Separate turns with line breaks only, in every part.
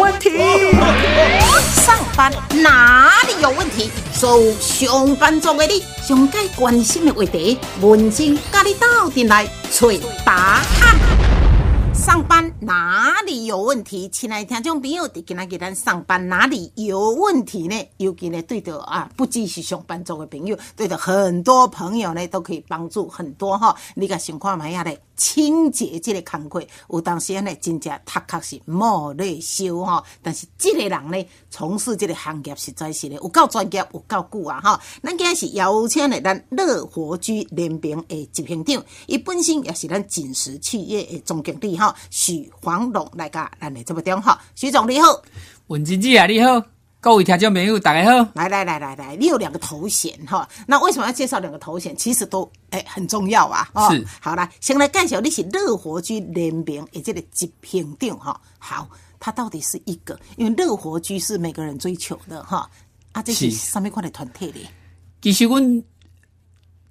问题。
上班哪里有问题？所有上班族的你，上该关心的话题，文静甲你斗阵来找答案。上班哪里有问题？亲爱的听众朋友，伫今仔日咱上班哪里有问题呢？尤其呢，对着啊，不只是上班族的朋友，对着很多朋友呢，都可以帮助很多哈。你甲想看卖下咧，清洁这个工作，有当时呢，真正读壳是莫内修哈。但是这个人呢，从事这个行业实在是咧，有够专业，有够久啊哈。咱今日是邀请咧咱乐活居联名的执行长，伊本身也是咱锦石企业的总经理。哈，许黄龙来噶，咱的节目中哈，许总你好，
文姐姐啊，你好，各位听众朋友大家好，
来来来来来，你有两个头衔哈，那为什么要介绍两个头衔？其实都哎、欸、很重要啊。
哦、是，
好啦，先来介绍你是乐活居联名以及个集评定哈，好，它到底是一个，因为乐活居是每个人追求的哈，啊，这是上面款的团体咧。
其实阮。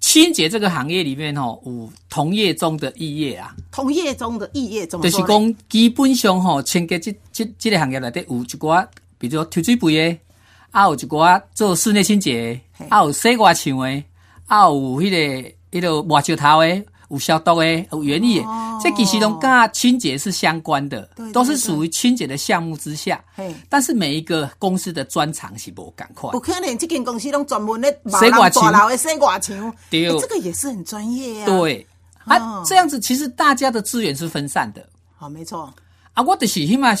清洁这个行业里面吼，有同业中的异业啊，
同业中的异业，
就是讲基本上吼，清洁这这这个行业内底有一寡，比如抽水杯的，啊有一寡做室内清洁，啊有洗外墙的，啊有迄、那个迄、那个抹石头的，有消毒的，有园艺的，哦、这其实拢跟清洁是相关的，
对对对
都是属于清洁的项目之下。但是每一个公司的专长是无赶快。
不可能，这间公司拢专门咧洗外墙，大楼的洗外墙，
对、欸，
哎这个也是很专业啊。
对，啊，哦、这样子其实大家的资源是分散的。
好、哦，没错。
啊，我就是起码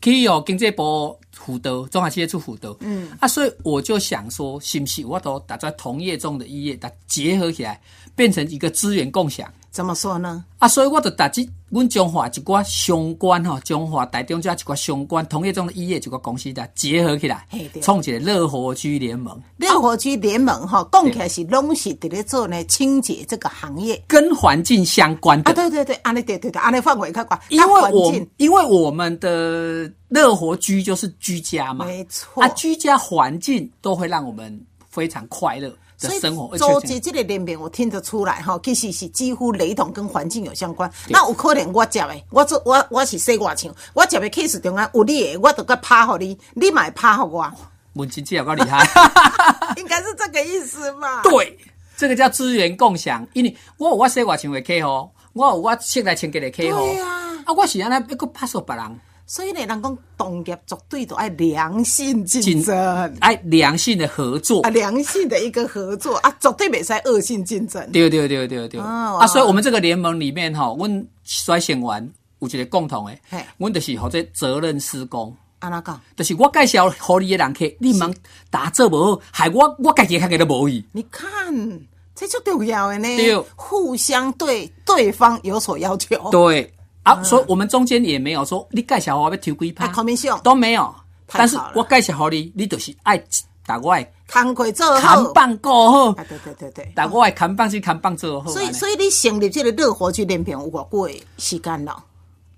去有经济部辅导，中华企业处辅导，嗯，啊，所以我就想说，是不是我都打在同业中的异业，它结合起来，变成一个资源共享。
怎么说呢？
啊，所以我就打击阮中华一寡相关吼，中华台中遮一寡相关同业中的异业一个公司的结合起来，创一个乐活居联盟。
乐活居联盟吼，讲起来是拢是伫咧做呢清洁这个行业，
跟环境相关的。
啊，对对对，安尼对对对，安尼范围较广。
因为我因为我们的乐活居就是居家嘛，
没错啊，
居家环境都会让我们非常快乐。
所以周杰这个联名我听得出来哈，其实是几乎雷同，跟环境有相关。那有可能我接的，我做我我是洗外墙，我接的 case 中间有你的，我都该拍给你，你买拍给 我。
文琪姐有够厉 害，
应该是这个意思吧？
对，这个叫资源共享，因为我有我洗外墙的客户，哦我有我室内清洁的客户，
对啊，
啊我是安尼要搁拍给别人。
所以呢，人讲同业绝对都爱良性竞争，
爱哎良性的合作，
啊，良性的一个合作啊，绝对袂使恶性竞争。
对对对对对、哦、啊！所以我们这个联盟里面吼，阮筛选完有一个共同诶，阮就是或者责任施工。
安那讲，
就是我介绍互你诶人客，你茫打做无好，害我我家己看个都无伊。
你看，这就重要诶呢。
对，
互相对对方有所要求。
对。啊，所以我们中间也没有说你介绍我要抽几
啊
趴，都没有。但是我介绍你，你就是爱打我的
工课做
好，扛棒过哦好。
啊，对对对对，
打我的扛棒去扛棒做好。
所以，所以你成立这个乐活居联盟有偌久的时间了？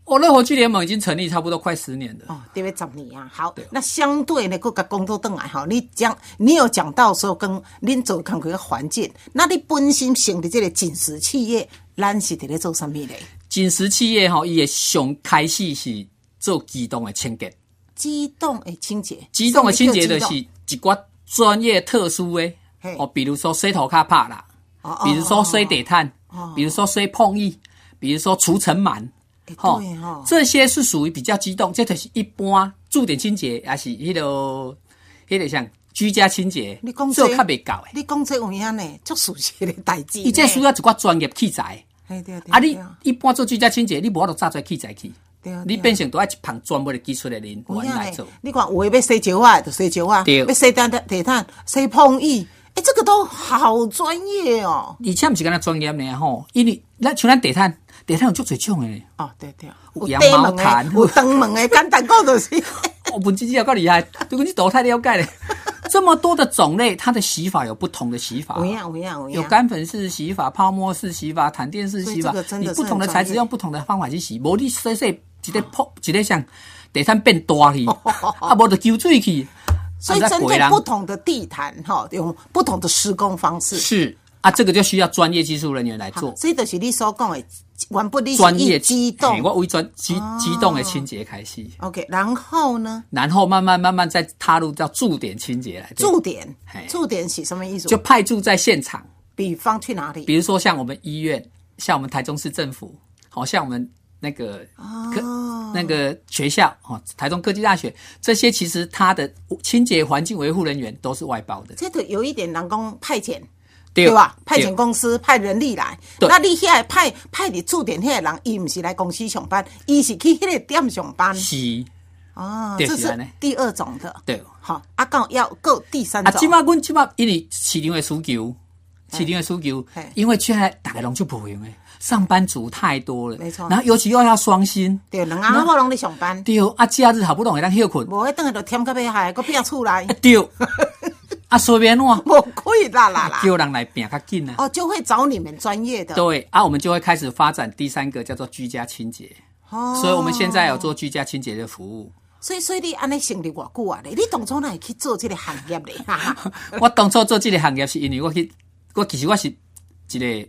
哦，乐活居联盟已经成立差不多快十年了。哦，
对不十年啊。好，那相对呢，各个工作等来哈，你讲，你有讲到说跟恁做工课的环境，那你本身成立这个紧实企业，咱是伫咧做啥物咧？
锦石企业吼，伊诶上开始是做机动诶清洁，
机动诶清洁，
机动诶清洁就是一寡专业特殊诶，哦，比如说洗头卡帕啦，哦、比如说洗地毯，哦、比如说洗碰椅，比如说除尘螨，
吼、
欸哦，这些是属于比较机动，这就是一般重点清洁，也是迄、那个迄个像。居家清洁，
你讲
这较袂够诶。
你讲这有影呢，足熟悉诶代志。
伊这需要一寡专业器材。
对对对
啊！你一般做居家清洁，你无法度早做器材去，
对
你变成都要一旁专门的技术的人来做。
你看，有的要洗脚啊，就洗脚啊；要洗地地毯、洗碰椅，哎，这个都好专业哦。
而且毋是干那专业呢吼，因为咱像咱地毯，地毯有足侪种 诶。
哦，对对，
有羊毛毯，
有灯门诶，简单讲 就是。
我本姐姐有够厉害，对，你都太了解了。 这么多的种类，它的洗法有不同的洗法，啊有干粉式洗法、泡沫式洗法、弹垫式洗法，你不同的材质用不同的方法去洗，无你洗洗一个泡，一个像地毯变大去，啊，无就揪水去。
哦
啊
所以针对不同的地毯哈，用不同的施工方式。
是啊，这个就需要专业技术人员来做。
所以就是你所讲的原本你
专业
激动，哦
我为专激激动的清洁开始。
OK，然后呢？
然后慢慢慢慢再踏入到驻点清洁来。
驻点，驻点是什么意思？
就派驻在现场。
比方去哪里？
比如说像我们医院，像我们台中市政府，好像我们那个科、哦、那个学校哦，台中科技大学这些，其实它的清洁环境维护人员都是外包的。
这个有一点人工派遣。对吧？派遣公司派人力来，那你遐派派你驻点遐人，伊毋是来公司上班，伊是去迄个店上班。
是，
哦，这是第二种的。
对，
好，啊，讲要够第三种。
啊，即马阮即马因为市场的需求，市场的需求，因为现在大家拢就不用诶，上班族太多了，
没错。
然后尤其又要双薪，
对，人阿婆拢咧上班。
对，啊，假日好不容易当休困，
无迄等下就添到尾下，搁拼厝内。
对。啊，随便弄，
无亏啦啦 啦，
叫人来拼较紧啊！
哦，就会找你们专业的。
对啊，我们就会开始发展第三个叫做居家清洁。哦，所以我们现在有做居家清洁的服务。
所以，所以你安尼成立偌久啊？你你当初哪会去做这个行业 咧？
我当初做这个行业是因为我去，我其实我是一个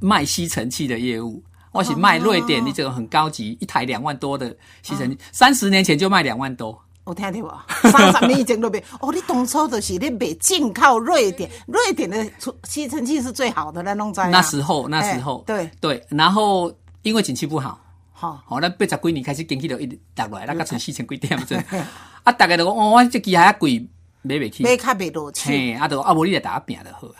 卖吸尘器的业务，我是卖瑞典那种很高级，一台两万多的吸尘器，三十年前就卖两万多。
有听到 无？三十年以前都卖。哦，你当初就是咧卖进口瑞典，瑞典的吸尘器是最好的，咱拢知。
嗯
啊
那时候，那时候，
哎对
对，然后因为景气不好，
好，
好，哦咱八十几年开始经济就一直跌落来，
嗯
那个剩四千几点阵， 啊，大家就讲，哦，我这机还贵，买袂起，
买较袂落去，
嘿，啊，就啊，无你来打拼就好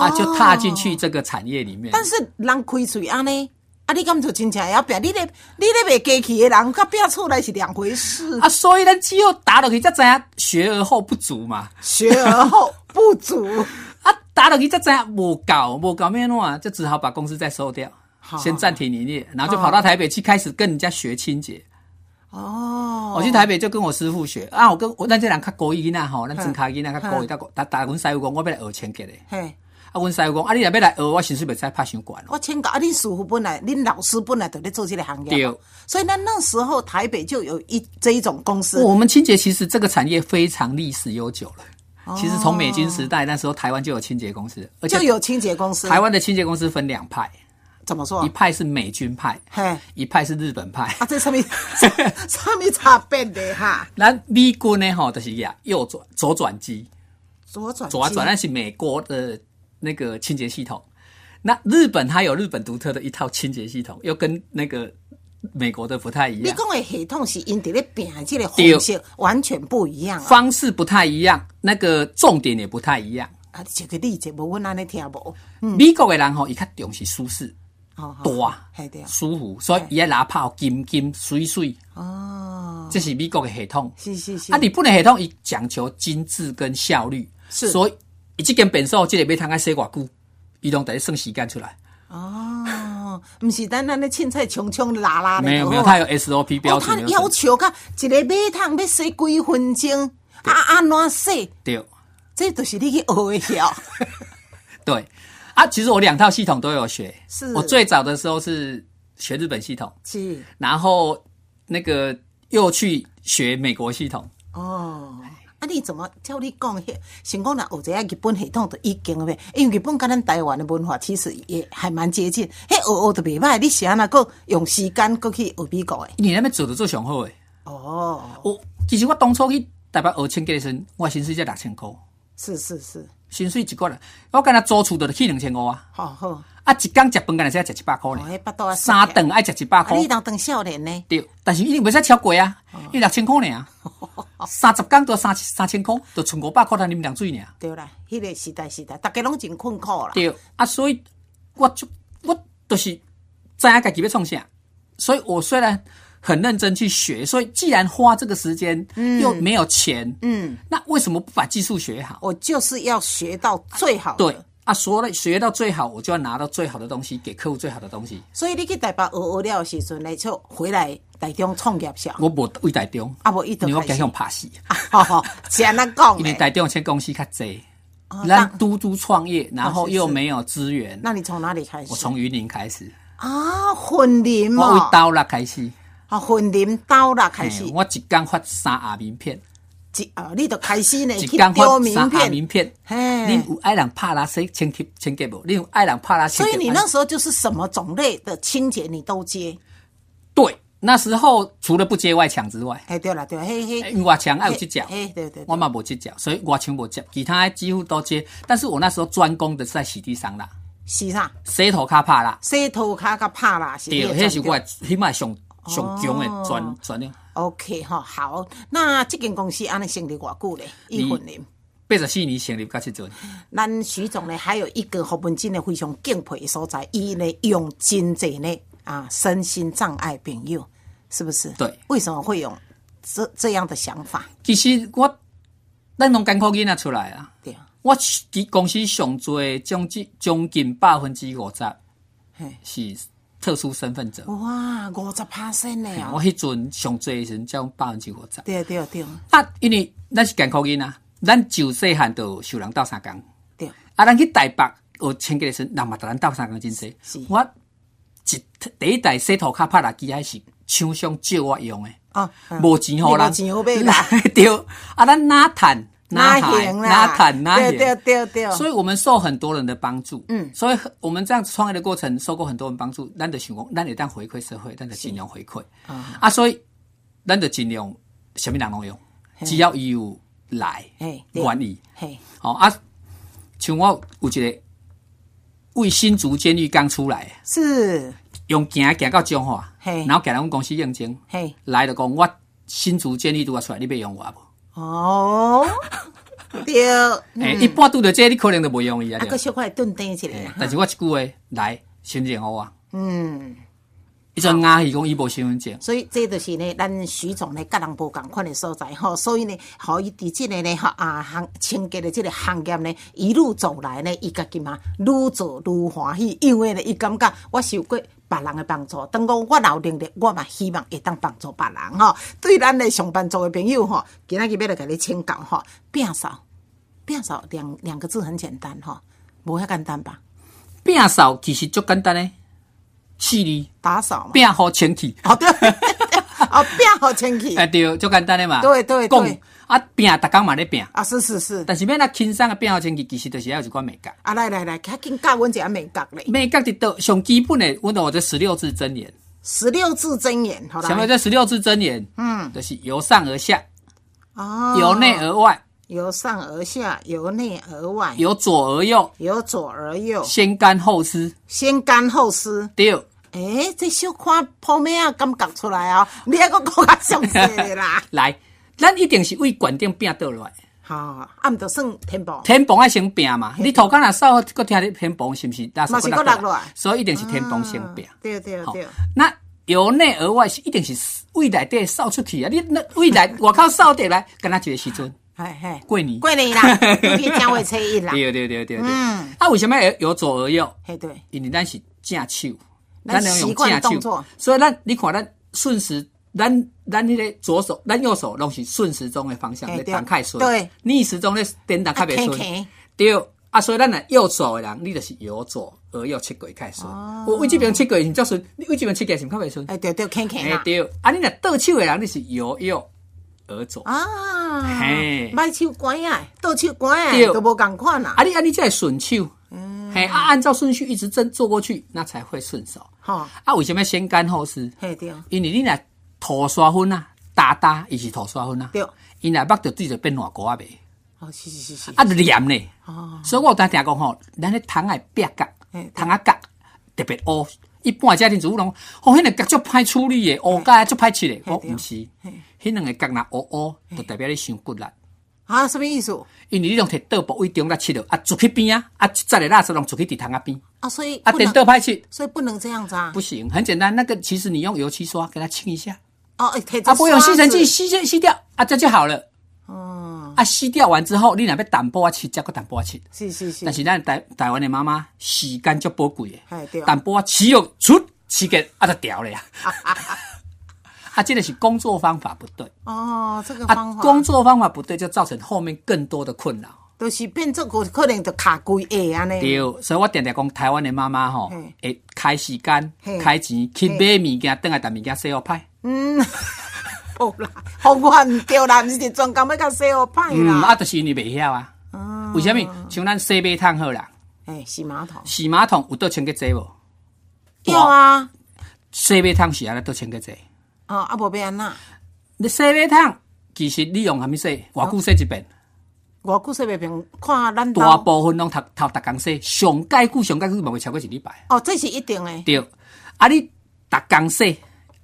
啊，啊，就踏进去这个产业里面。
哦但是人开嘴安尼。啊！你敢就真正晓拼？你咧你咧卖家去的人，甲拼出来是两回事。
啊，所以咱只有打落去才知影学而后不足嘛。
学而后不 足
啊，打落去才知影无搞无搞咩弄啊，就只好把公司再收掉，先暂停营业，然后就跑到台北去开始跟人家学清洁。
哦，
我去台北就跟我师傅学啊，我跟我咱这人较高一呐吼，咱真高一呐较高一，打打阮师傅讲，我要来学清洁的。
嘿。
啊，阮师傅讲，啊，你若要来学，我薪水袂使拍伤悬。
我请教啊，恁师傅本来，恁老师本来就咧做这个行业。
对。
所以那那时候台北就有一这一种公司。
我们清洁其实这个产业非常历史悠久了。哦、其实从美军时代那时候，台湾就有清洁公司，而且
就有清洁公司。
台湾的清洁公司分两派。
怎么说？
一派是美军派，
嘿，
一派是日本派。
啊，这上 面上面差别的哈。
那美军呢？吼，就是呀，右转左转机。
左转啊
左转那是啊美国的那个清洁系统，那日本它有日本独特的一套清洁系统，又跟那个美国的不太一样。
你讲的系统是因伫咧变这个方式完全不一样、啊，
方式不太一样，那个重点也不太一样。
啊，这个例子无阮安尼听无。
嗯、美国的人吼、哦，伊较重视舒适，
哦、
大、舒服，所以伊爱拿泡金金水水。
哦，
这是美国的系统。
是是是。
啊，日本的系统伊讲求精致跟效率。所以，伊即间变数，即个要通爱洗偌久，伊拢得算时间出来。
哦，毋是单单咧凊彩冲冲拉拉
没有没有，它有 SOP 标准。
啊哦，它要求噶一个马桶要洗几分钟，啊安怎洗？
对，
这都是你去学 的。哦
对啊，其实我两套系统都有学。
是
我最早的时候是学日本系统，
是，
然后那个又去学美国系统。
哦。
哎
啊！你怎么照你讲？迄想讲若学一下日本系统，就已经了呗。因为日本甲咱台湾的文化其实也还蛮接近。迄学学都袂歹，你是安那个用时间过去学美国诶？
你那边做得做上好诶。
哦，
我其实我当初去台北学清洁时，我薪水才六千箍。
是是是，
薪水一个人，我敢若租厝就去两千五啊。
好哦好。
啊，一工食饭敢若使食一百箍
呢？哦、
三顿哦爱食一百箍。
啊你当当少年呢？
对，但是一定袂使超过啊，伊六千箍呢。三十工都三三千块，就剩五百块，通啉凉水尔。
对啦，迄、那个时代时代，大家拢真困苦啦。
对，啊，所以我就我就是知影家己要创啥，所以我虽然很认真去学，所以既然花这个时间，嗯，又没有钱，
嗯，
那为什么不把技术学好？
我就是要学到最好
的。对。啊，所了学到最好，我就要拿到最好的东西，给客户最好的东西。
所以你去台北学学了时阵，来就回来台中创业上。
我无为台中，
啊无一直
我加上拍死。
好好，是安尼讲
因为台中这公司较济，
哦
咱嘟嘟创业，然后又没有资源。
啊那你从哪里开始？
我从云林开始。
啊，混林
我为刀啦开始。
啊，混林刀啦开始。
我一天发三盒名片。
一啊，你就开始呢
一
去
天
丢
发
名
三
片
下，名片，
嘿
你有爱人拍啦，谁清洁清洁无？你有爱人拍啦，
所以
清洁
你
无
那时候就是什么种类的清洁你都接。
对那时候除了不接外墙之外，
哎，对了，对啦，嘿嘿，
因为外墙还有去脚，
哎，对对，
我嘛无去脚，所以外墙无接，其他的几乎都接。但是我那时候专攻的是在洗地上啦，
是啥？
洗头卡拍啦，
洗头卡甲拍啦，是
对，
那个
迄是
状
我
况。
的迄卖上上强的
哦
专专了。
OK 哈，好，那这间公司安尼成立偌久咧？一五年。
八十四年成立到即阵，
咱徐总呢，还有一个何文真呢非常敬佩的所在，伊呢用真济呢啊身心障碍朋友，是不是？
对。
为什么会有这这样的想法？
其实我咱拢艰苦囡仔出来啊。
对，
我伫公司上做的将近将近百分之五十
嘿，
是特殊身份
哦
者。
哇，五十趴身呢
我
哦，
迄阵上做的时阵，才有百分之五十。
对对对
啊，因为咱是艰苦囡仔，咱就细汉就受人斗相共。
对，
啊，咱去台北学清洁的时阵，人嘛甲咱斗相共真济
是。
我一第一台洗头卡拍垃圾还是厂商借我用的。
哦，嗯
无钱
你
互人，
无钱好买啦，
对，啊，咱哪谈
哪
害
行啦，
哪谈哪
对对
行，
对对，
所以我们受很多人的帮助，嗯，所以我们这样创业的过程受过很多人帮助，咱的想讲，咱也当回馈社会，咱就尽量回馈，
嗯
啊，所以咱就尽量什么人拢用，只要伊有来
嘿对
愿意，
嘿，
哦啊，像我有一个为新竹监狱刚出来的，
是
用行行到彰化
嘿，
然后行来阮公司应征。
嘿，
来就讲我新竹建立拄啊出来，你要用我无？ 欸
哦，对，啊，
诶、一般拄着这你可能就无用伊啊。对
个小块炖蛋一下
诶
啦，
但是我一句话来，身份证互我，
嗯。
伊阵阿伊讲伊无身份证，
所以这就是呢，咱徐总呢，甲人无共款的所在吼，所以呢，吼伊伫即个呢，吼啊行清洁的即个行业呢，一路走来呢，伊家己嘛愈做愈欢喜，因为呢，伊感觉我受过别人的帮助，当讲我有能力，我嘛希望会当帮助别人吼。对咱的上班族的朋友吼，今仔日要来甲你请教吼，摒扫，摒扫两两个字很简单吼，无遐简单吧？
摒扫其实足简单诶，四字
打扫 嘛，
摒好清气，
好的，哦，摒好清气
诶、对，足简单诶嘛。
对对
讲
对
啊，摒逐工嘛咧摒，
啊，是是是。
但是要那轻松诶摒好清气，其实就是要有一寡美感。
啊，来来来，较紧教阮一下美角咧。
美感伫倒上基本诶，阮都有这十六字真言。
十六字真言，好
什么
啦。
叫十六字真言？嗯，就是由上而下，
哦
由内而外，
由上而下，由内而外，
由左而右，
由左而右，
先干后湿。
先干后湿。
对，。
诶、这小看泡面啊，感觉出来啊、你还佫讲较详细咧啦
来，咱一定是为悬顶拼倒落来。
吼、啊，毋着算天宝。
天崩爱先拼嘛，你头壳若扫，搁听你天崩是毋是？那
嘛是
落
还落来
所以一定是天崩先拼。
啊对对对，
那由内而外是一定是胃内底扫出去啊！你那胃内外口扫得来，敢若一个时阵
嘿嘿，
过年。
过年啦，尤其正月初一啦。 嗯
对对对对对。啊，为什么由由左而右？
嘿对，
因为咱是正手，
咱
拢
习惯
正
动作
所以咱你看咱顺时，咱咱迄个左手，咱右手拢是顺时钟的方向
嘿
咧
对
打开顺，
对，
逆时钟咧颠打较袂
啊轻
顺
轻，
对。啊，所以咱若右手的人，你就是右左而右切过较会顺。我为这边切过是较顺，你为这边切过是较袂顺。
哦哎对对，看看
哎
啦。
对，啊你若倒手的人，你是由右而左。
啊，
嘿
歹手关啊，倒手关啊，
对
都无共款啦。
啊你安尼才会顺手，
嗯
嘿啊按照顺序一直正做过去，那才会顺手。
吼、
啊为什么要先干后湿？
嘿对，
因为你若涂刷粉啊，打打伊是涂刷粉啊，
对
因若目着水就变软膏啊呗，
哦是是是是。
啊就黏咧。
哦
所以我有当听讲吼，咱咧虫仔壁角
嘿，
虫仔角特别乌，一般的家庭主妇拢，吼，迄两个角足歹处理的，乌甲足歹切的，我
对
毋是
嘿，
迄两个角若乌乌，就代表你伤骨力。
啊，什么意思？
因为你拢摕倒部位中甲切着，啊，出去边啊，啊，一扎的垃圾拢出去伫虫仔边，
啊，所以
啊，
不能
颠倒歹切
所以不能这样子啊。
不行，很简单。那个其实你用油漆刷给它清一下，
哦，哎，可以
啊，不用吸尘器。吸吸吸掉啊，这就好了。
哦，
啊，洗掉完之后，你若要淡薄啊仔切，再个淡薄仔切。
是是是
但。是咱台台湾的妈妈时间足宝贵
哎
的
对，
淡薄仔切肉出切个啊就掉 了呀。啊，这个是工作方法不对
哦，这个
啊
方，法
工作方法不对就造成后面更多的困扰。
都是变做个可能就卡规下安尼。
对，所以我常常讲台湾的妈妈吼
嘿，
会开时间
嘿、
开钱去买物件，等下但物件洗好歹。
嗯，无啦，方法毋对啦，毋是专工要甲洗互歹
嗯，
啦。哦
啊，就是因为袂晓啊。为什么？像咱洗马桶好啦，
哎、洗马桶，
洗马桶有倒清洁剂无？
对啊，
洗马桶是安尼倒清洁剂。
哦，啊无要安那，
你洗马桶，其实你用啥物洗？偌久洗一遍？
偌久说袂平，看咱
大
兜
部分拢头头逐工洗，上介久上介久嘛袂超过一礼拜。
哦，这是一定的。
对，啊你逐工洗，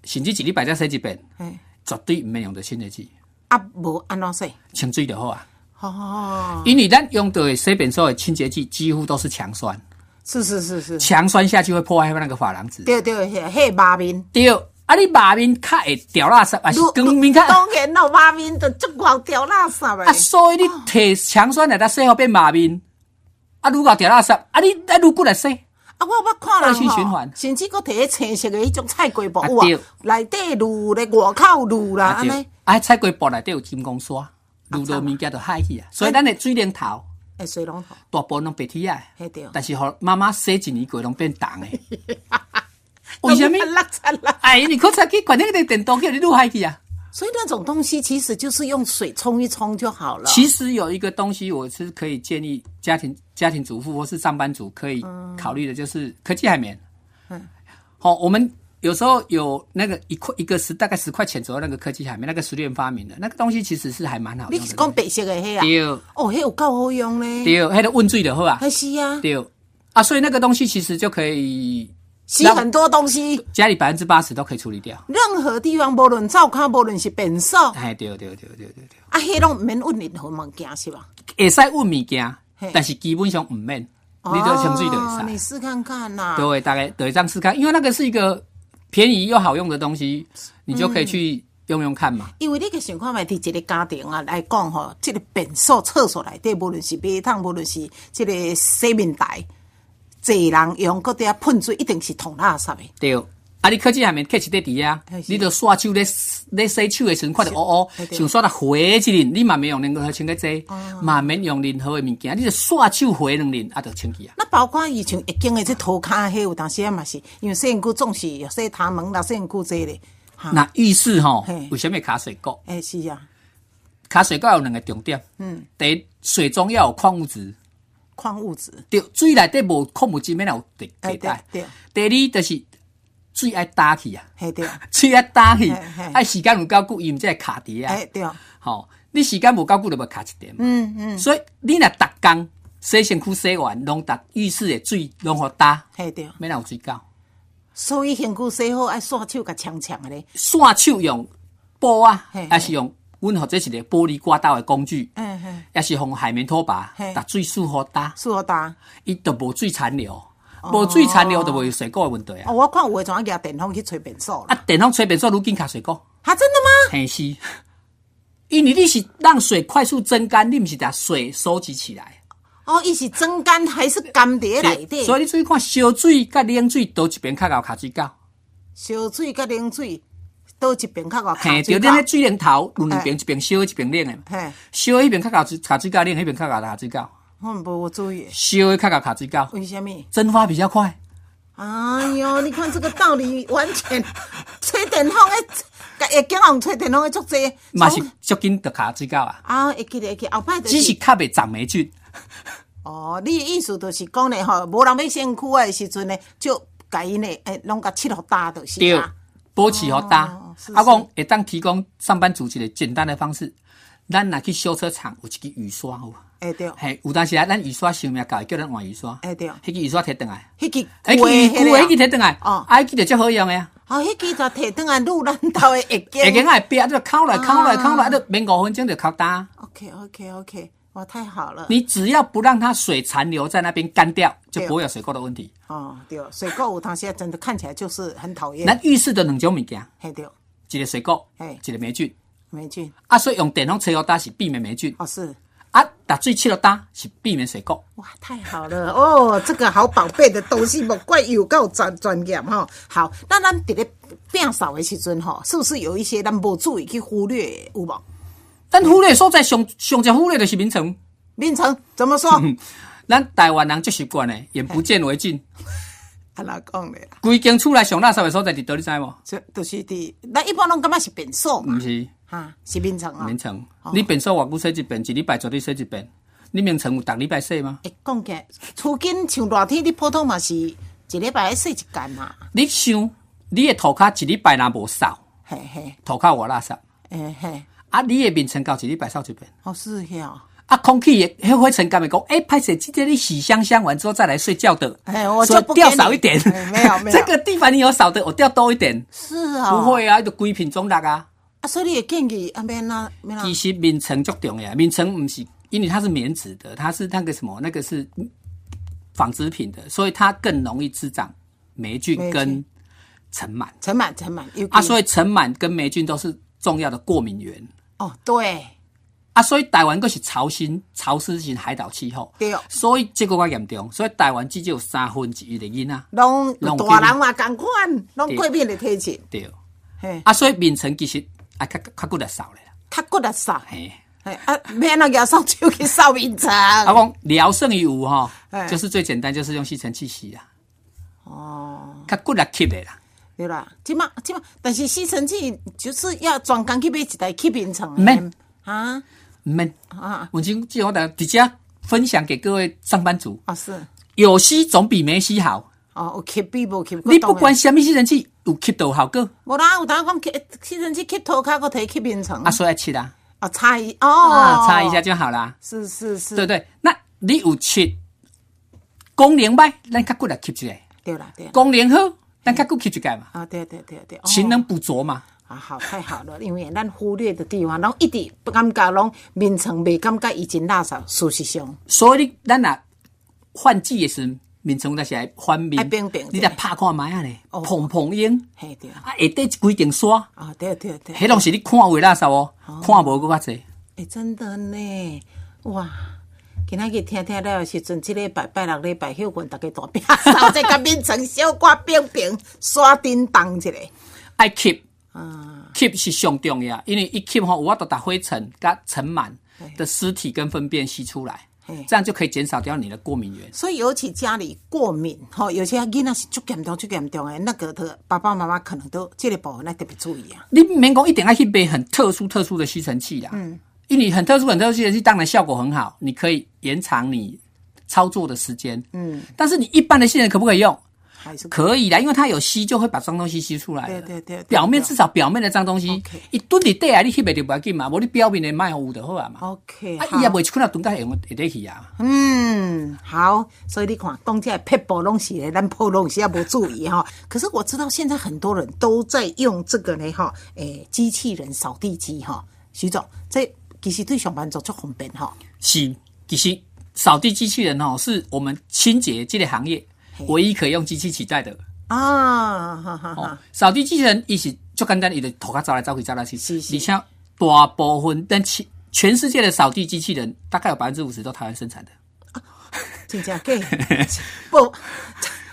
甚至一礼拜才洗一遍，
哎，
绝对毋免用到清洁剂，
啊无安怎洗？
清水就好啊。
好好好，
因为咱用到的洗便所的清洁剂几乎都是强酸，
是是是是，
强酸下去会破坏那个珐琅质。
对对，迄迄马面。
对，啊你马面较会掉垃圾，啊还是光面较？
当然咯，马面就足够掉垃圾
啊，
诶。
所以你摕强酸来搭洗好变马面，啊愈搞掉垃圾，啊你啊愈骨来洗。
啊，我捌看人
恶性
吼
循环
甚至搁摕迄青色的迄种菜瓜布
啊
有啊
对，
内底露咧，外口露啦，安
对
尼。，啊
啊，菜瓜布内底有金光砂，入到物件就害去啊。
哎
所以咱的水龙头
诶，哎水龙头，
大部分拢白铁啊
嘿对，
但是互妈妈洗一年过拢变重的。为 什么？
垃圾啦？
哎，你可才去管那个电动机，你愈害去啊？
所以那种东西其实就是用水冲一冲就好了。
其实有一个东西，我是可以建议家庭家庭主妇或是上班族可以考虑的，就是科技海绵。
嗯
好、我们有时候有那个一块一个十大概十块钱左右那个科技海绵，那个十元发明的那个东西，其实是还蛮好
你
用
是
的。
讲白色的迄啊？
对
哦，迄有够好用咧。
对，还得问罪的好啊。
还是啊，
对啊，所以那个东西其实就可以
洗很多东西，
家里百分之八十都可以处理掉。
任何地方，无论灶骹，无论是便所，啊，
哎，对对对对对对，
迄拢毋免问任何物件是吧？
会使问物件
嘿，
但是基本上唔免，你就清水就
哦
会
你
使。
试看看啦。
对，大概对这样试看，因为那个是一个便宜又好用的东西，你就可以
嗯
去用用看嘛。
因为你个情况嘛，伫一个家庭啊来讲吼，即、个便所、厕所内底，无论是马桶，无论是即个洗面台，侪人用，搁伫遐喷水，一定是捅垃圾的。
对，啊，你科技下面客一在底啊
哎，是
你就刷手咧咧洗手的时阵，看到乌
哎对
乌，
哦
想刷到回一lần，你嘛免用任何清洁剂，嘛免用任何的物件，你就刷手回两lần，啊，就清洁啊。
那包括以前会经的即涂骹迄有当时啊嘛是，因为洗身躯总是有洗头毛啦、洗身躯这咧。哈，
那浴室吼
啊嘿，
为什么卡水垢？
诶、是啊，
卡水垢有两个重点，嗯，第一，水中要有矿物质，
矿物质
对，水内底无矿物质，免有地
哎
地带。
对
第二就是水爱打去啊，
嘿 对，
水爱打去
嘿嘿，
爱时间有够久，伊毋才会卡伫啊
诶、。哎对，
吼、你时间无够久就要卡一点嘛。嗯嗯。所以你若逐工洗身躯洗完，拢逐浴室的水拢互打，
嘿对，
免有水垢。
所以身躯洗好爱刷手甲呛呛的咧。
刷手用布啊
嘿嘿，
还是用阮或者一个玻璃刮刀的工具，
嗯嗯，
也是用海绵拖把，
嘿
把水束互打。
是好大。
伊就无水残留，
哦
无水残留就袂水果的问题啊。
哦，我看有诶，怎啊举电风去吹便所
啊
啦？，
电风吹变做愈紧卡水果，
啊，真的吗？
嘿是，因为你是让水快速蒸干，你毋是把水收集起来。
哦，伊是蒸干还是干伫内底？
所以你注意看，烧水甲冷水倒一边较贤卡水胶，
烧水甲冷水倒一边较外
嘿，
卡
就
水哎
恁
饺
咧水龙头有两边，一边烧的一边冷的
嘿
嘛。烧的迄边较贤水卡水胶，冷的迄边较贤卡水胶，
我无注意，
烧的较贤卡水胶，
为什么？
蒸发比较快。
哎哟，你看这个道理完 全吹电风诶，甲会经人吹电风诶足济，
嘛是
从
足紧就卡水胶啊，
啊，会记得会记得，后哦摆就
只是
是
较袂长霉菌。
哦，你的意思就是讲咧吼，无人要身躯诶时阵咧，就甲因咧诶拢甲切互搭就是
对
啊。，哦
保持好大。
是
啊，
是
讲会当提供上班族一个简单的方式，咱若去修车厂有一支雨刷有无？
哎对，
嘿，有当时啊，咱雨刷寿命到，叫咱换雨刷。
哎对
迄支雨刷摕转来，
迄个
哎迄支雨旧的迄支摕转来，
哦
啊，迄支就足好用的啊。
哦，迄个就摕转来入咱 兜诶会
下
经
根。仔的壁啊，就抠来抠来抠来，啊，就免五分钟就抠干。
OK OK OK，哇，太好了。
你只要不让它水残留在那边干掉，就
对
不会有水垢的问题。
哦，对，水垢有当时真的看起来就是很讨厌。
咱浴室的两种物件，
嘿对，哦
一个水垢
嘿，
一个霉菌。
霉菌
啊，所以用电风吹落打是避免霉菌，
哦是，
啊，打水切落打是避免水垢。
哇，太好了哦，这个好宝贝的东西，莫怪有够专专业哈、好，那咱伫咧变扫的时阵吼，是不是有一些咱无注意去忽略的有无？
咱忽略所在上上只忽略就是眠床。
明成怎么说？
咱台湾人最习惯的，眼不见为净。
安哪讲咧？
规间厝内上垃圾的所在伫倒，你知无？
就就是伫，咱一般拢感觉是便所嘛
毋，是，
哈，是眠床啊。
眠床。你便所偌久洗一遍？一礼拜绝对洗一遍。你眠床有逐礼拜洗吗？
会讲起来，厝近像热天，你普通嘛是一礼拜洗一间嘛。
你想，你的涂骹一礼拜若无扫，
嘿嘿，
涂骹有垃圾，
嘿嘿，
啊，你的眠床到一礼拜扫一遍。
哦是呀。
啊，空气也迄灰尘干会讲，哎，拍摄今天你洗香香完之后再来睡觉的，
哎我就
所以
不给
掉
你
少一点
哎，没有没有
这个地方你有少的，我掉多一点，
是啊。
不。会啊，就规品中落啊。
啊，所以你会建议啊，免啦免啦
其。实眠层足重要，眠层唔是，因为它是棉质的，它是那个什么，那个是纺织品的，所以它更容易滋长霉菌
霉菌嗯
跟尘螨
尘螨尘螨，尤其
啊，所以尘螨跟霉菌都是重要的过敏源
哦对，
啊，所以台湾佫是潮湿潮湿型海岛气候，
对
所以这个较严重，所以台湾至少有三分之一的囡仔
拢
拢有
大人嘛共款，拢
对
过敏的体质，
对，
嘿，
啊，所以眠层其实啊较较较骨力少咧啦，
较骨力扫，
嘿。
嘿啊，免啦举扫帚去扫眠床。
啊，讲聊胜于无哈
嗯哎，
就是最简单，就是用吸尘器吸啊，
哦，
较骨力吸的啦。
对啦，即马即马，但是吸尘器就是要专工去买一台吸眠床的。
免
啊
唔免，
嗯啊
我今今我等直接分享给各位上班族，
啊是，
有吸总比没吸好。
哦有吸鼻无吸，
你不管什么吸尘器，有吸到效果，
无啦，有当讲吸吸尘器吸涂骹，搁摕吸眠床
啊，，所以要吸啦，
啊擦一哦
啊，，擦一下，就好啦，
是是是，
对不对？那你有吸，功能歹，咱较骨力吸一下；
对啦对啦，
功能好，咱较骨吸一下嘛。
啊对对对对，哦
勤能补拙嘛，
啊，好，太好了，因为咱忽略的地方，拢一直不感觉，拢眠床袂感觉已经垃圾。事实上，
所以你咱若换季的时候，面床那是爱翻面
要平平，
你来拍看卖啊咧，
哦
蓬蓬烟，
嘿对，
啊下底规定刷。
啊对对对，
迄拢是你看有的垃圾哦，看无搁较济。
哎、真的呢，哇！今仔日听听了的时阵，即礼拜拜六礼拜休困，大家大摒扫，再甲眠床小挂平平，刷叮当一下。
爱吸
啊，
吸是上重要，因为一吸吼，有法度把灰尘、甲尘螨的尸体跟粪便吸出来
嘿，
这样就可以减少掉你的过敏源。
所以尤其家里过敏，吼、有些囡仔是足严重、足严重的，那个的爸爸妈妈可能都即、个部分要特别注意啊。
你不免讲一定要去买很特殊、特殊的吸尘器啦，嗯，因为很特殊、很特殊的吸尘器，当然效果很好，你可以延长你操作的时间，嗯，但是你一般的吸尘可不可以用？
还是
可以啦，因为它有吸，就会把脏东西吸出来了。
对对对对
表面至少表面的脏东西
OK，
一蹲伫底啊，你吸袂着不要紧嘛，无你表面的卖有就好啊嘛。
OK，
啊，
哦好
伊也袂一困啊，蹲到会用会得去啊。
嗯，好，所以你看，讲这撇步拢是咧，咱破拢是也无注意哈、可是我知道现在很多人都在用这个呢哈，诶、机器人扫地机哈、徐总，这其实对上班族足方便哈、
是，其实扫地机器人哦，是我们清洁这个行业唯一可以用机器取代的。
啊，哈哈
哦
哈，，
扫地机器人伊是足简单，伊就头壳走来走去走来走去，
是是
而且大部分但全全世界的扫地机器人大概有百分之五十都台湾生产的。
真正 假？不，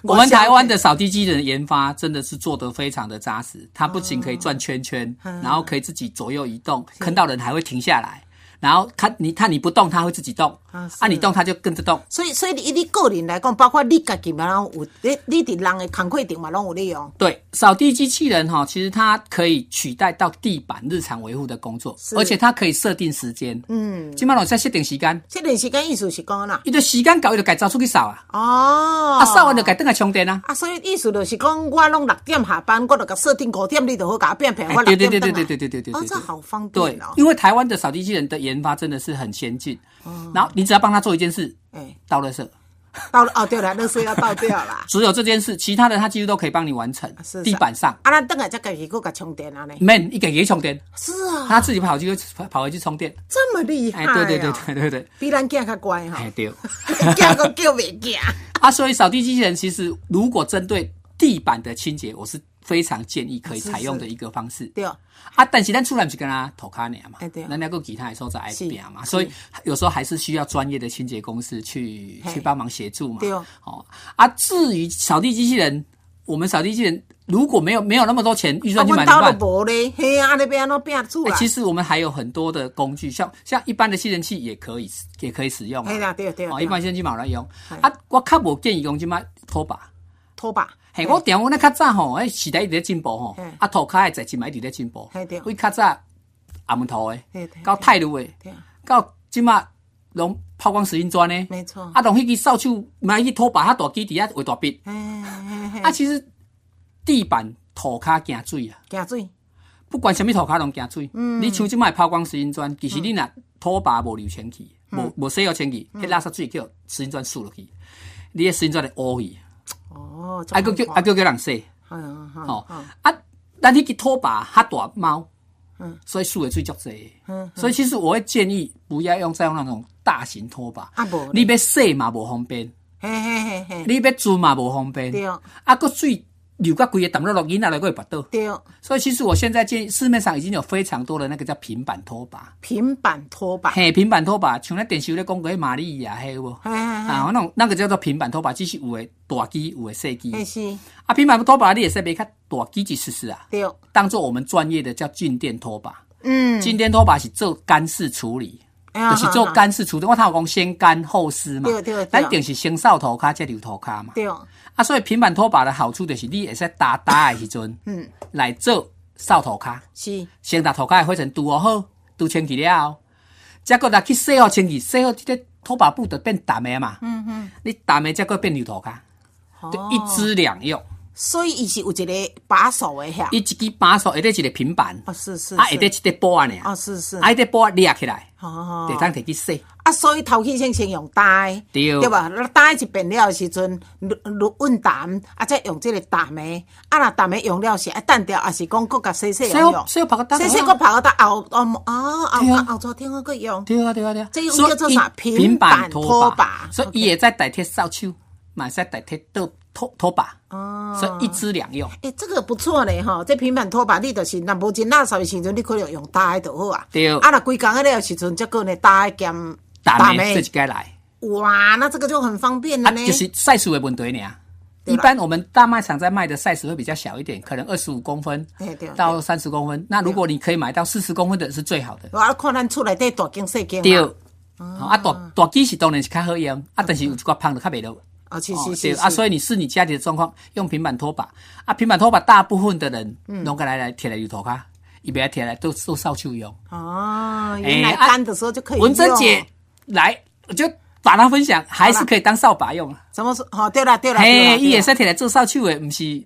我们台湾的扫地机器人研发真的是做得非常的扎实，它不仅可以转圈圈，
嗯
然后可以自己左右移动，看到人还会停下来，然后看你看你不动，它会自己动，
啊
啊
是
你动它就跟着动。
所以所以你你个人来讲，包括你家己嘛，拢有你你伫人的工课顶嘛，拢有利用。
对，扫地机器人哈、其实它可以取代到地板日常维护的工作，而且它可以设定时间。嗯，今麦老在设定时间，
这段时间意思是讲啦，
伊就时间到，伊就改走出去扫啊，
哦，
啊扫完就改等来充电啊。
啊，所以意思就是讲，我拢六点下班，我就甲设定五点，你就好甲我变平，
哎
我六
对对
点
对
回
对对
来
对对对对
哦，
对
这好方
对
便哦，。
因为台湾的扫地机器人的研发真的是很先进，然后你只要帮他做一件事，
哎，
倒垃圾，。
到了哦，对了，那是要倒掉啦
只有这件事，其他的他几乎都可以帮你完成。
是
地板上
啊，咱等下再家己搁甲充电啊呢。
，man 一个也充电，
是啊，
他自己跑去跑回去充电。
这么厉害
哎，
哦。
对对对对对对，
比咱囝较乖哈
哎，对。
囝个叫袂惊。
啊，所以扫地机器人其实如果针对地板的清洁，我是非常建议可以采用的一个方式。
对，
啊，但是咱出来不是跟他头卡尔嘛
哎对啊，
咱那个吉他也说在爱
是
拼嘛，所以有时候还是需要专业的清洁公司去
嘿
去帮忙协助嘛。
对哦
哦，啊，至于扫地机器人，我们扫地机器人如果没有没有那么多钱预
啊，
算去买
阮
怎么
兜
办
都？无咧，嘿啊，你要安怎变厝
哎
啦？
其实我们还有很多的工具，像像一般的吸尘器也可以也可以使用啊
嘿。啦，对对
哦，
对
一般吸尘器嘛有来用。啊，我较无建议用即摆拖把，
拖把。
嘿，我点我那较早吼，迄时代一直在进步吼，啊，涂骹诶材质嘛一直在进步。
嘿对。
为较早阿门头诶，到泰路诶，到即马拢抛光石英砖呢。
没错。
啊，拢迄支扫帚，买去拖把，较大机底下画大笔。
嗯
啊，其实地板涂骹惊水啦。
惊水。
不管啥物涂骹拢惊水。嗯。你像即卖抛光石英砖，其实你若拖把无留清气，无无洗好清气，迄垃圾水叫石英砖输落去，你迄石英砖会乌去。
哦，
啊，叫叫啊，叫叫人洗，
哦，
啊，咱迄个拖把较大猫，所以输的水足济，所以其实我会建议不要用再用那种大型拖把，
啊无，
你要洗嘛无方便，
嘿嘿嘿嘿，
你要煮嘛无方便，
对，哦
啊，个水流到规个抌落落囡仔来个会拔倒，
对，
所以其实我现在建议市面上已经有非常多的那个叫平板拖把，
平板拖把，
嘿，平板拖把，像那电视咧讲过玛丽亚，嘿有无？啊，那种那个叫做平板拖把，只是有诶大机，有诶细机。
是
啊，平板拖把你也是别看大机器试试啊，
对，
当做我们专业的叫静电拖把。
嗯，啊
静电拖把是做干式处理，就是做干式处理。我头讲先干后湿嘛，
对对对，
咱一定是先扫涂骹，再留涂骹嘛。
对，
啊，所以平板拖把的好处就是你会使打打的时阵，
嗯，
来做扫涂骹，
是
先把涂骹的灰尘拄好，拄清气了，再搁来去洗好清气，洗好这个拖把布就变淡的嘛。
嗯嗯，哦
你淡的再搁变留涂骹，就一支两用。
所以伊是有一个把手的遐，
伊一支把手，下底一个平板，
啊是是，
啊下底一个波啊呢，
啊是是，
啊，迄个波掠起来，
哦
就当摕去洗。
啊，所以头起先先用带，
对
对吧？那带一遍了的时阵，润润温淡，啊，再用这个淡的，啊，若淡的用了是爱淡掉，还是讲搁甲洗洗
所以
用用
我，？所以我拍个单。
洗洗搁拍到后哦哦
对
后
啊
后昨天我搁用，
对啊对啊对啊。
这个
所以
叫做啥
它
平
平
板
板
拖
拖
把
把，所
OK
以伊也在代替扫帚，嘛在代替拖拖拖把，
哦，
所以一支两用。
诶，这个不错嘞吼，这平板拖把你就是若无真垃圾的时阵，你可能用搭的就好啊。
对
啊，若规工的了的时阵，再搁呢搭的兼
打没这就该来，
哇，那这个就很方便了
啊
呢。
就是赛数的问题呢。
对
一
啦
般我们大卖场在卖的 size 会比较小一点，可能二十五公分
哎对啊
到三十公分。那如果你可以买到四十公分的是最好的。
我看咱厝内底大间细间
对，
嘛，
啊大大机是当然是较好用，啊但是有一寡胖的较袂落。
哦，是
哦
是
对
是
啊，所
以
以你是你家里的状况，用平板拖把啊，平板拖把大部分的人
嗯
拢个来来贴来油头卡，伊别贴来都都扫帚用。
哦，原
哎
来
啊
干的时候就可以用。
文珍姐来，我就把它分享，还是可以当扫把用啊。
怎么说？哦，对啦对啦，对啦
嘿，伊也
对啦
是贴来做扫帚的，不是，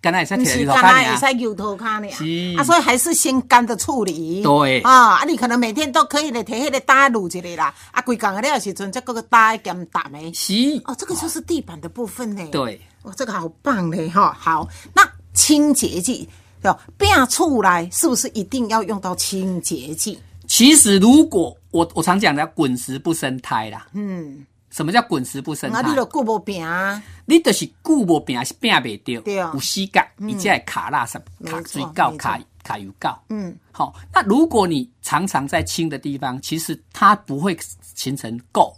干那也是
不
贴来
是
油头
干
卡啊
啦，也
尔。
是油头卡呢
是，
啊，所以还是先干的处理。
对
啊，啊，你可能每天都可以来摕迄个搭卤一个啦，啊，规工的了的时阵，再搁个搭兼搭的。
是，
哦，这个就是地板的部分呢。，
对，
哇，这个好棒嘞哈！好，那清洁剂要变出来，是不是一定要用到清洁剂？
其实如果我我常讲的滚石不生胎啦，
嗯，
什么叫滚石不生
啊，
胎？
你都顾无平啊，
你就是久无病是病袂着，
对啊
有死角，伊才会卡垃圾、
没
卡
错
水垢、
没错
卡卡油垢。
嗯，
好，那如果你常常在清的地方，其实它不会形成垢。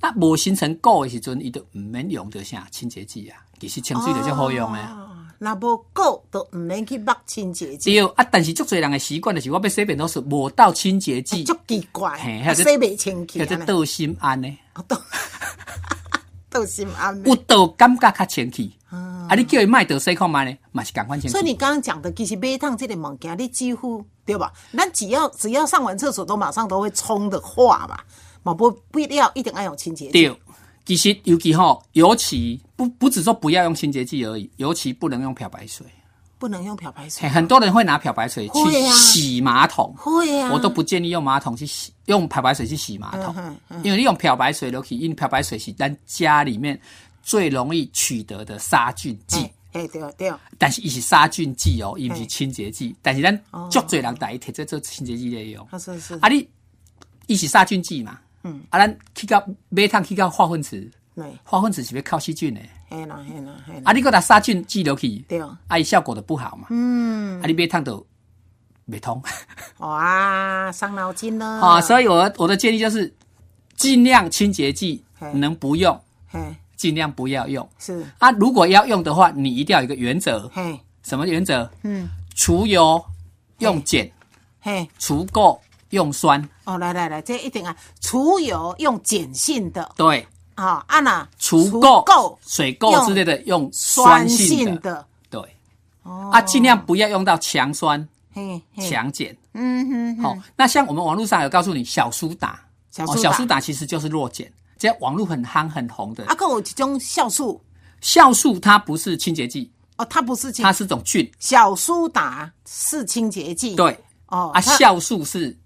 那无形成垢的时阵，伊就毋免用着啥清洁剂啊，其实清水就较好用啊诶。
哦。那无够都唔免去抹清洁剂，
对啊，但是足侪人的习惯就是，我要洗便都是无到清洁剂，
足奇怪，
嘿
啊
还
洗
是
袂清气
叫做
安尼
倒心安呢，
啊都 都心安慰
有倒感觉较清气。啊，你叫伊卖倒洗看卖呢，嘛是共款清
所以
气。
你刚刚讲的，其实每一趟这个物件，你几乎对吧？咱只要只要上完厕所，都马上都会冲的话嘛，嘛不不一定要一定要用清洁剂。
对，其实尤其吼，尤其不不只说不要用清洁剂而已，尤其不能用漂白水。
不能用漂白水
嘿。很多人会拿漂白水去
会啊
洗马桶，
会啊，
我都不建议用马桶去洗，用漂白水去洗马桶，
嗯
因为你用漂白水落去，因为漂白水是咱家里面最容易取得的杀菌剂。
哎哎对对，
但是伊是杀菌剂哦，伊毋
嘿
是清洁
嗯
剂。但是咱
哦
足侪人家己摕这做清洁剂来用。
啊是是
啊你，伊是杀菌剂嘛？嗯。啊，咱去到每趟去到化粪池，
对，
化粪池是要靠细菌的。
嘿啦嘿啦嘿啦，
啊，你搁拿杀菌剂落去，
对哦
啊，伊效果就不好嘛。嗯。啊，啊你每趟都袂通。
哇，伤脑筋了
啊，所以我我的建议就是，尽量清洁剂
嘿
能不用，
嘿
尽量不要用。
是
啊，如果要用的话，你一定要有一个原则，
嘿
什么原则？嗯，除油用碱，
嘿，
除垢用酸。
哦来来来，这一定啊，除油用碱性的，
对，
啊，啊那
除垢、水垢之类的用酸性的，对，啊，尽量不要用到强酸、强碱。嗯哼，好，那像我们网络上有告诉你小苏打，
哦，小
苏打其实就是弱碱，这网络很夯很红的。
啊，跟有一种酵素，
酵素它不是清洁剂。
哦，它不是，
它是种菌。
小苏打是清洁剂，
对，哦，啊，酵素是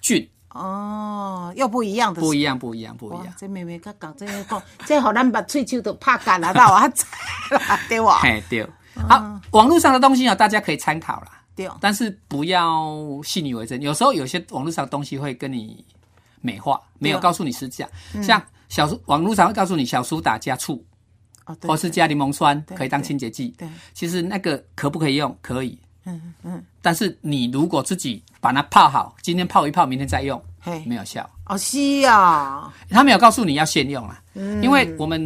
菌，
哦，又不一样的，
不一样，不一样，不一样。
这妹妹甲讲，这讲， 这互咱把喙手都拍干了，到啊， 对哇？
嘿，对。好，网络上的东西啊，大家可以参考啦，
对。哦
但是不要信以为真，有时候有些网络上的东西会跟你美化，没有告诉你实价。像小苏，网络上会告诉你小苏打加醋。或是加柠檬酸可以当清洁剂，
对，
其实那个可不可以用？可以，嗯嗯。但是你如果自己把它泡好，今天泡一泡，明天再用，没有效。
哦，是啊，
他没有告诉你要先用啦，因为我们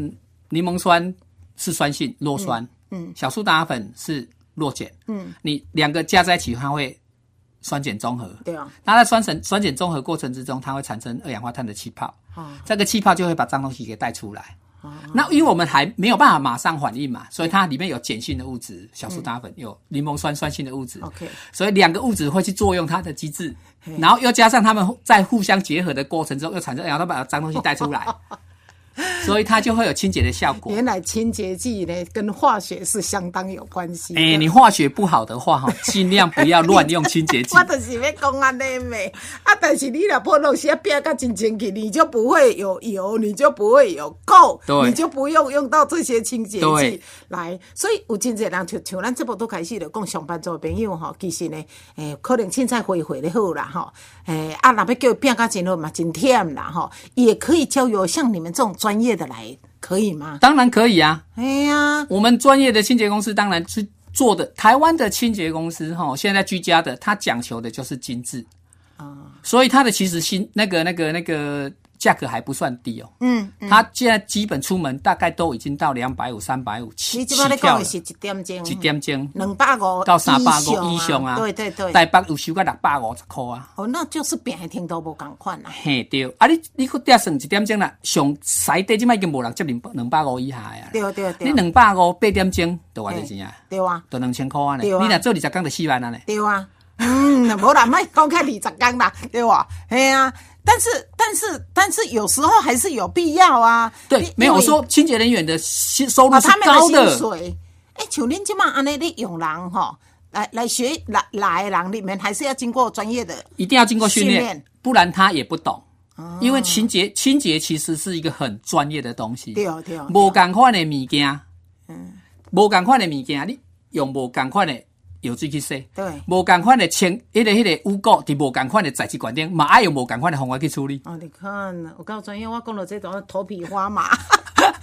柠檬酸是酸性弱酸，嗯，小苏打粉是弱碱，嗯，你两个加在一起，它会酸碱中和，
对啊。
那在酸碱酸碱中和过程之中，它会产生二氧化碳的气泡，
哦
啊，这个气泡就会把脏东西给带出来。那因为我们还没有办法马上反应嘛，所以它里面有碱性的物质，小苏打粉有柠檬酸酸性的物质
，OK，
所以两个物质会去作用它的机制，然后又加上它们在互相结合的过程中，又产生，然后它把脏东西带出 来，所以它就会有清洁的效果。
原来清洁剂呢跟化学是相当有关系。
哎，你化学不好的话哈，尽量不要乱用清洁 剂。
我就是要讲安尼咩，啊，但是你若破东西变到真清气，你就不会有油，你就不会有垢。你就不用用到这些清洁剂来，所以有真侪人就像咱这部都开始就讲上班族朋友吼，其实呢，诶、欸，可能凊彩回回咧好啦吼，诶、欸，啊，若要叫变甲真好嘛，真忝啦吼，也可以交由像你们这种专业的来，可以吗？
当然可以啊，
哎呀，
我们专业的清洁公司当然是做的，台湾的清洁公司哈，现在居家的，它讲求的就是精致啊，嗯、所以它的其实新那个那个那个。那個价格还不算低哦，嗯，它现在基本出门大概都已经到两百五、三百五起
你
起
在
跳
的是一点钟，
一点钟
两百五
到三百五以上啊，
对对对，
台北有收到六百五十块啊。
哦，那就是平的天都无共款啦。
嘿，对，啊你你去点算一点钟啦，上西底即摆已经无人接两两百五以下啊。
对对对，
你两百五八点钟都偌济钱啊？
对啊，
都两千块啊呢。你若做二十工就四万啊呢。
对啊，嗯，无啦，莫讲开二十工啦，对哇，嘿啊。但是，但是，但是，有时候还是有必要啊。
对，没有说清洁人员的薪收入是高的。
哎、啊，像恁即嘛安尼，你用人吼来来学来来的人里面，还是要经过专业的，
一定要经过训练，不然他也不懂。哦、因为清洁清洁其实是一个很专业的东西。
对哦，对哦。
无共款的物件，嗯，无共款的物件，你用无共款的。有水去洗，
对，
无共款的清，迄个迄个污垢，伫无共款的材质观点，嘛爱用无共款的方法去处理。
哦，你看，有够专业，我讲到这种头皮发麻。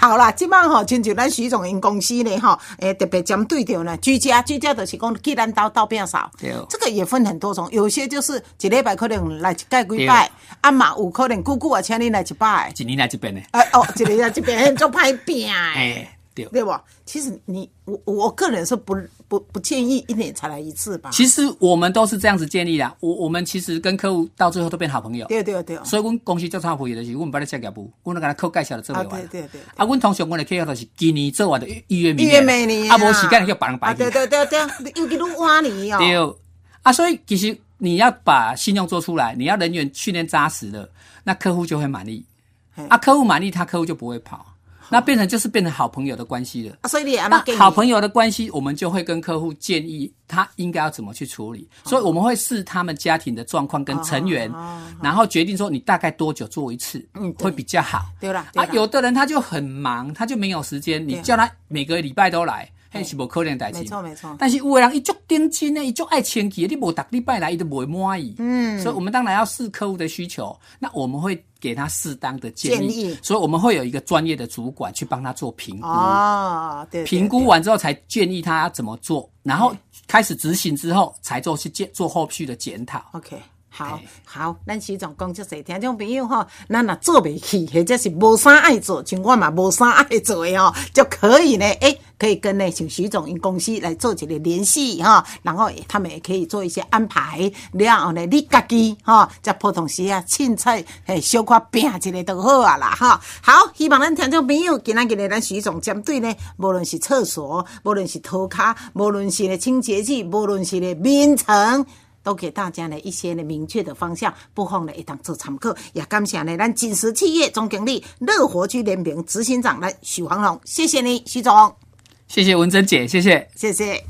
好啦，即摆吼，亲像咱徐总因公司咧吼，诶，特别针对着呢居家，居家就是讲去咱兜倒变少，这个也分很多种，有些就是一礼拜可能来一届几摆，啊嘛有可能久久啊，请你来一摆，
一年来一遍呢。
哎哦，一年来一遍，做歹拼
哎
诶。
对，
对吧？其实你我我个人是不不不建议一年才来一次吧。
其实我们都是这样子建立的，我我们其实跟客户到最后都变好朋友。
对对对。
所以，阮公司做差不多就是，阮把你介业务，阮来给他扣介绍就做完。
对对对。
啊，阮通常阮的客户都是今年做完的预约明
年。预约明年。
啊，无时间叫别人摆。
对对对对，尤其你晚年哦。
对。啊，所以其实你要把信用做出来，你要人员训练扎实了，那客户就会满意。啊，客户满意，他客户就不会跑。那变成就是变成好朋友的关系了、
啊，所以你
那好朋友的关系，我们就会跟客户建议他应该要怎么去处理，哦、所以我们会视他们家庭的状况跟成员，哦哦、然后决定说你大概多久做一次，嗯，会比较好。
对了，
啊，有的人他就很忙，他就没有时间，你叫他每个礼拜都来。迄是无可能代志，
没错没错。
但是有的人伊足定金呢，伊足爱清洁，你无逐礼拜来，伊都不会满意。嗯，所以我们当然要视客户的需求，那我们会给他适当的建
议。建议
所以我们会有一个专业的主管去帮他做评估。
哦，对,对,对,
对。评估完之后才建议他怎么做，然后开始执行之后才做去检做后续的检讨。
OK。好好，咱始终讲这些听众朋友吼，咱若做袂起，或者是无啥爱做，像我嘛无啥爱做的吼，就可以呢，诶、欸，可以跟呢像徐总因公司来做一个联系哈，然后他们也可以做一些安排，然后呢，你家己哈，在普通时啊，凊彩嘿，小可拼一个就好啊啦哈。好，希望咱听众朋友今仔日咱徐总针对呢，无论是厕所，无论是涂骹，无论是呢清洁剂，无论是呢面层。都给大家呢一些呢明确的方向，不妨呢一当做参考。也感谢呢咱锦石企业总经理、乐活区联名执行长来许黄龙，谢谢你，许总。
谢谢文珍姐，谢谢，
谢谢。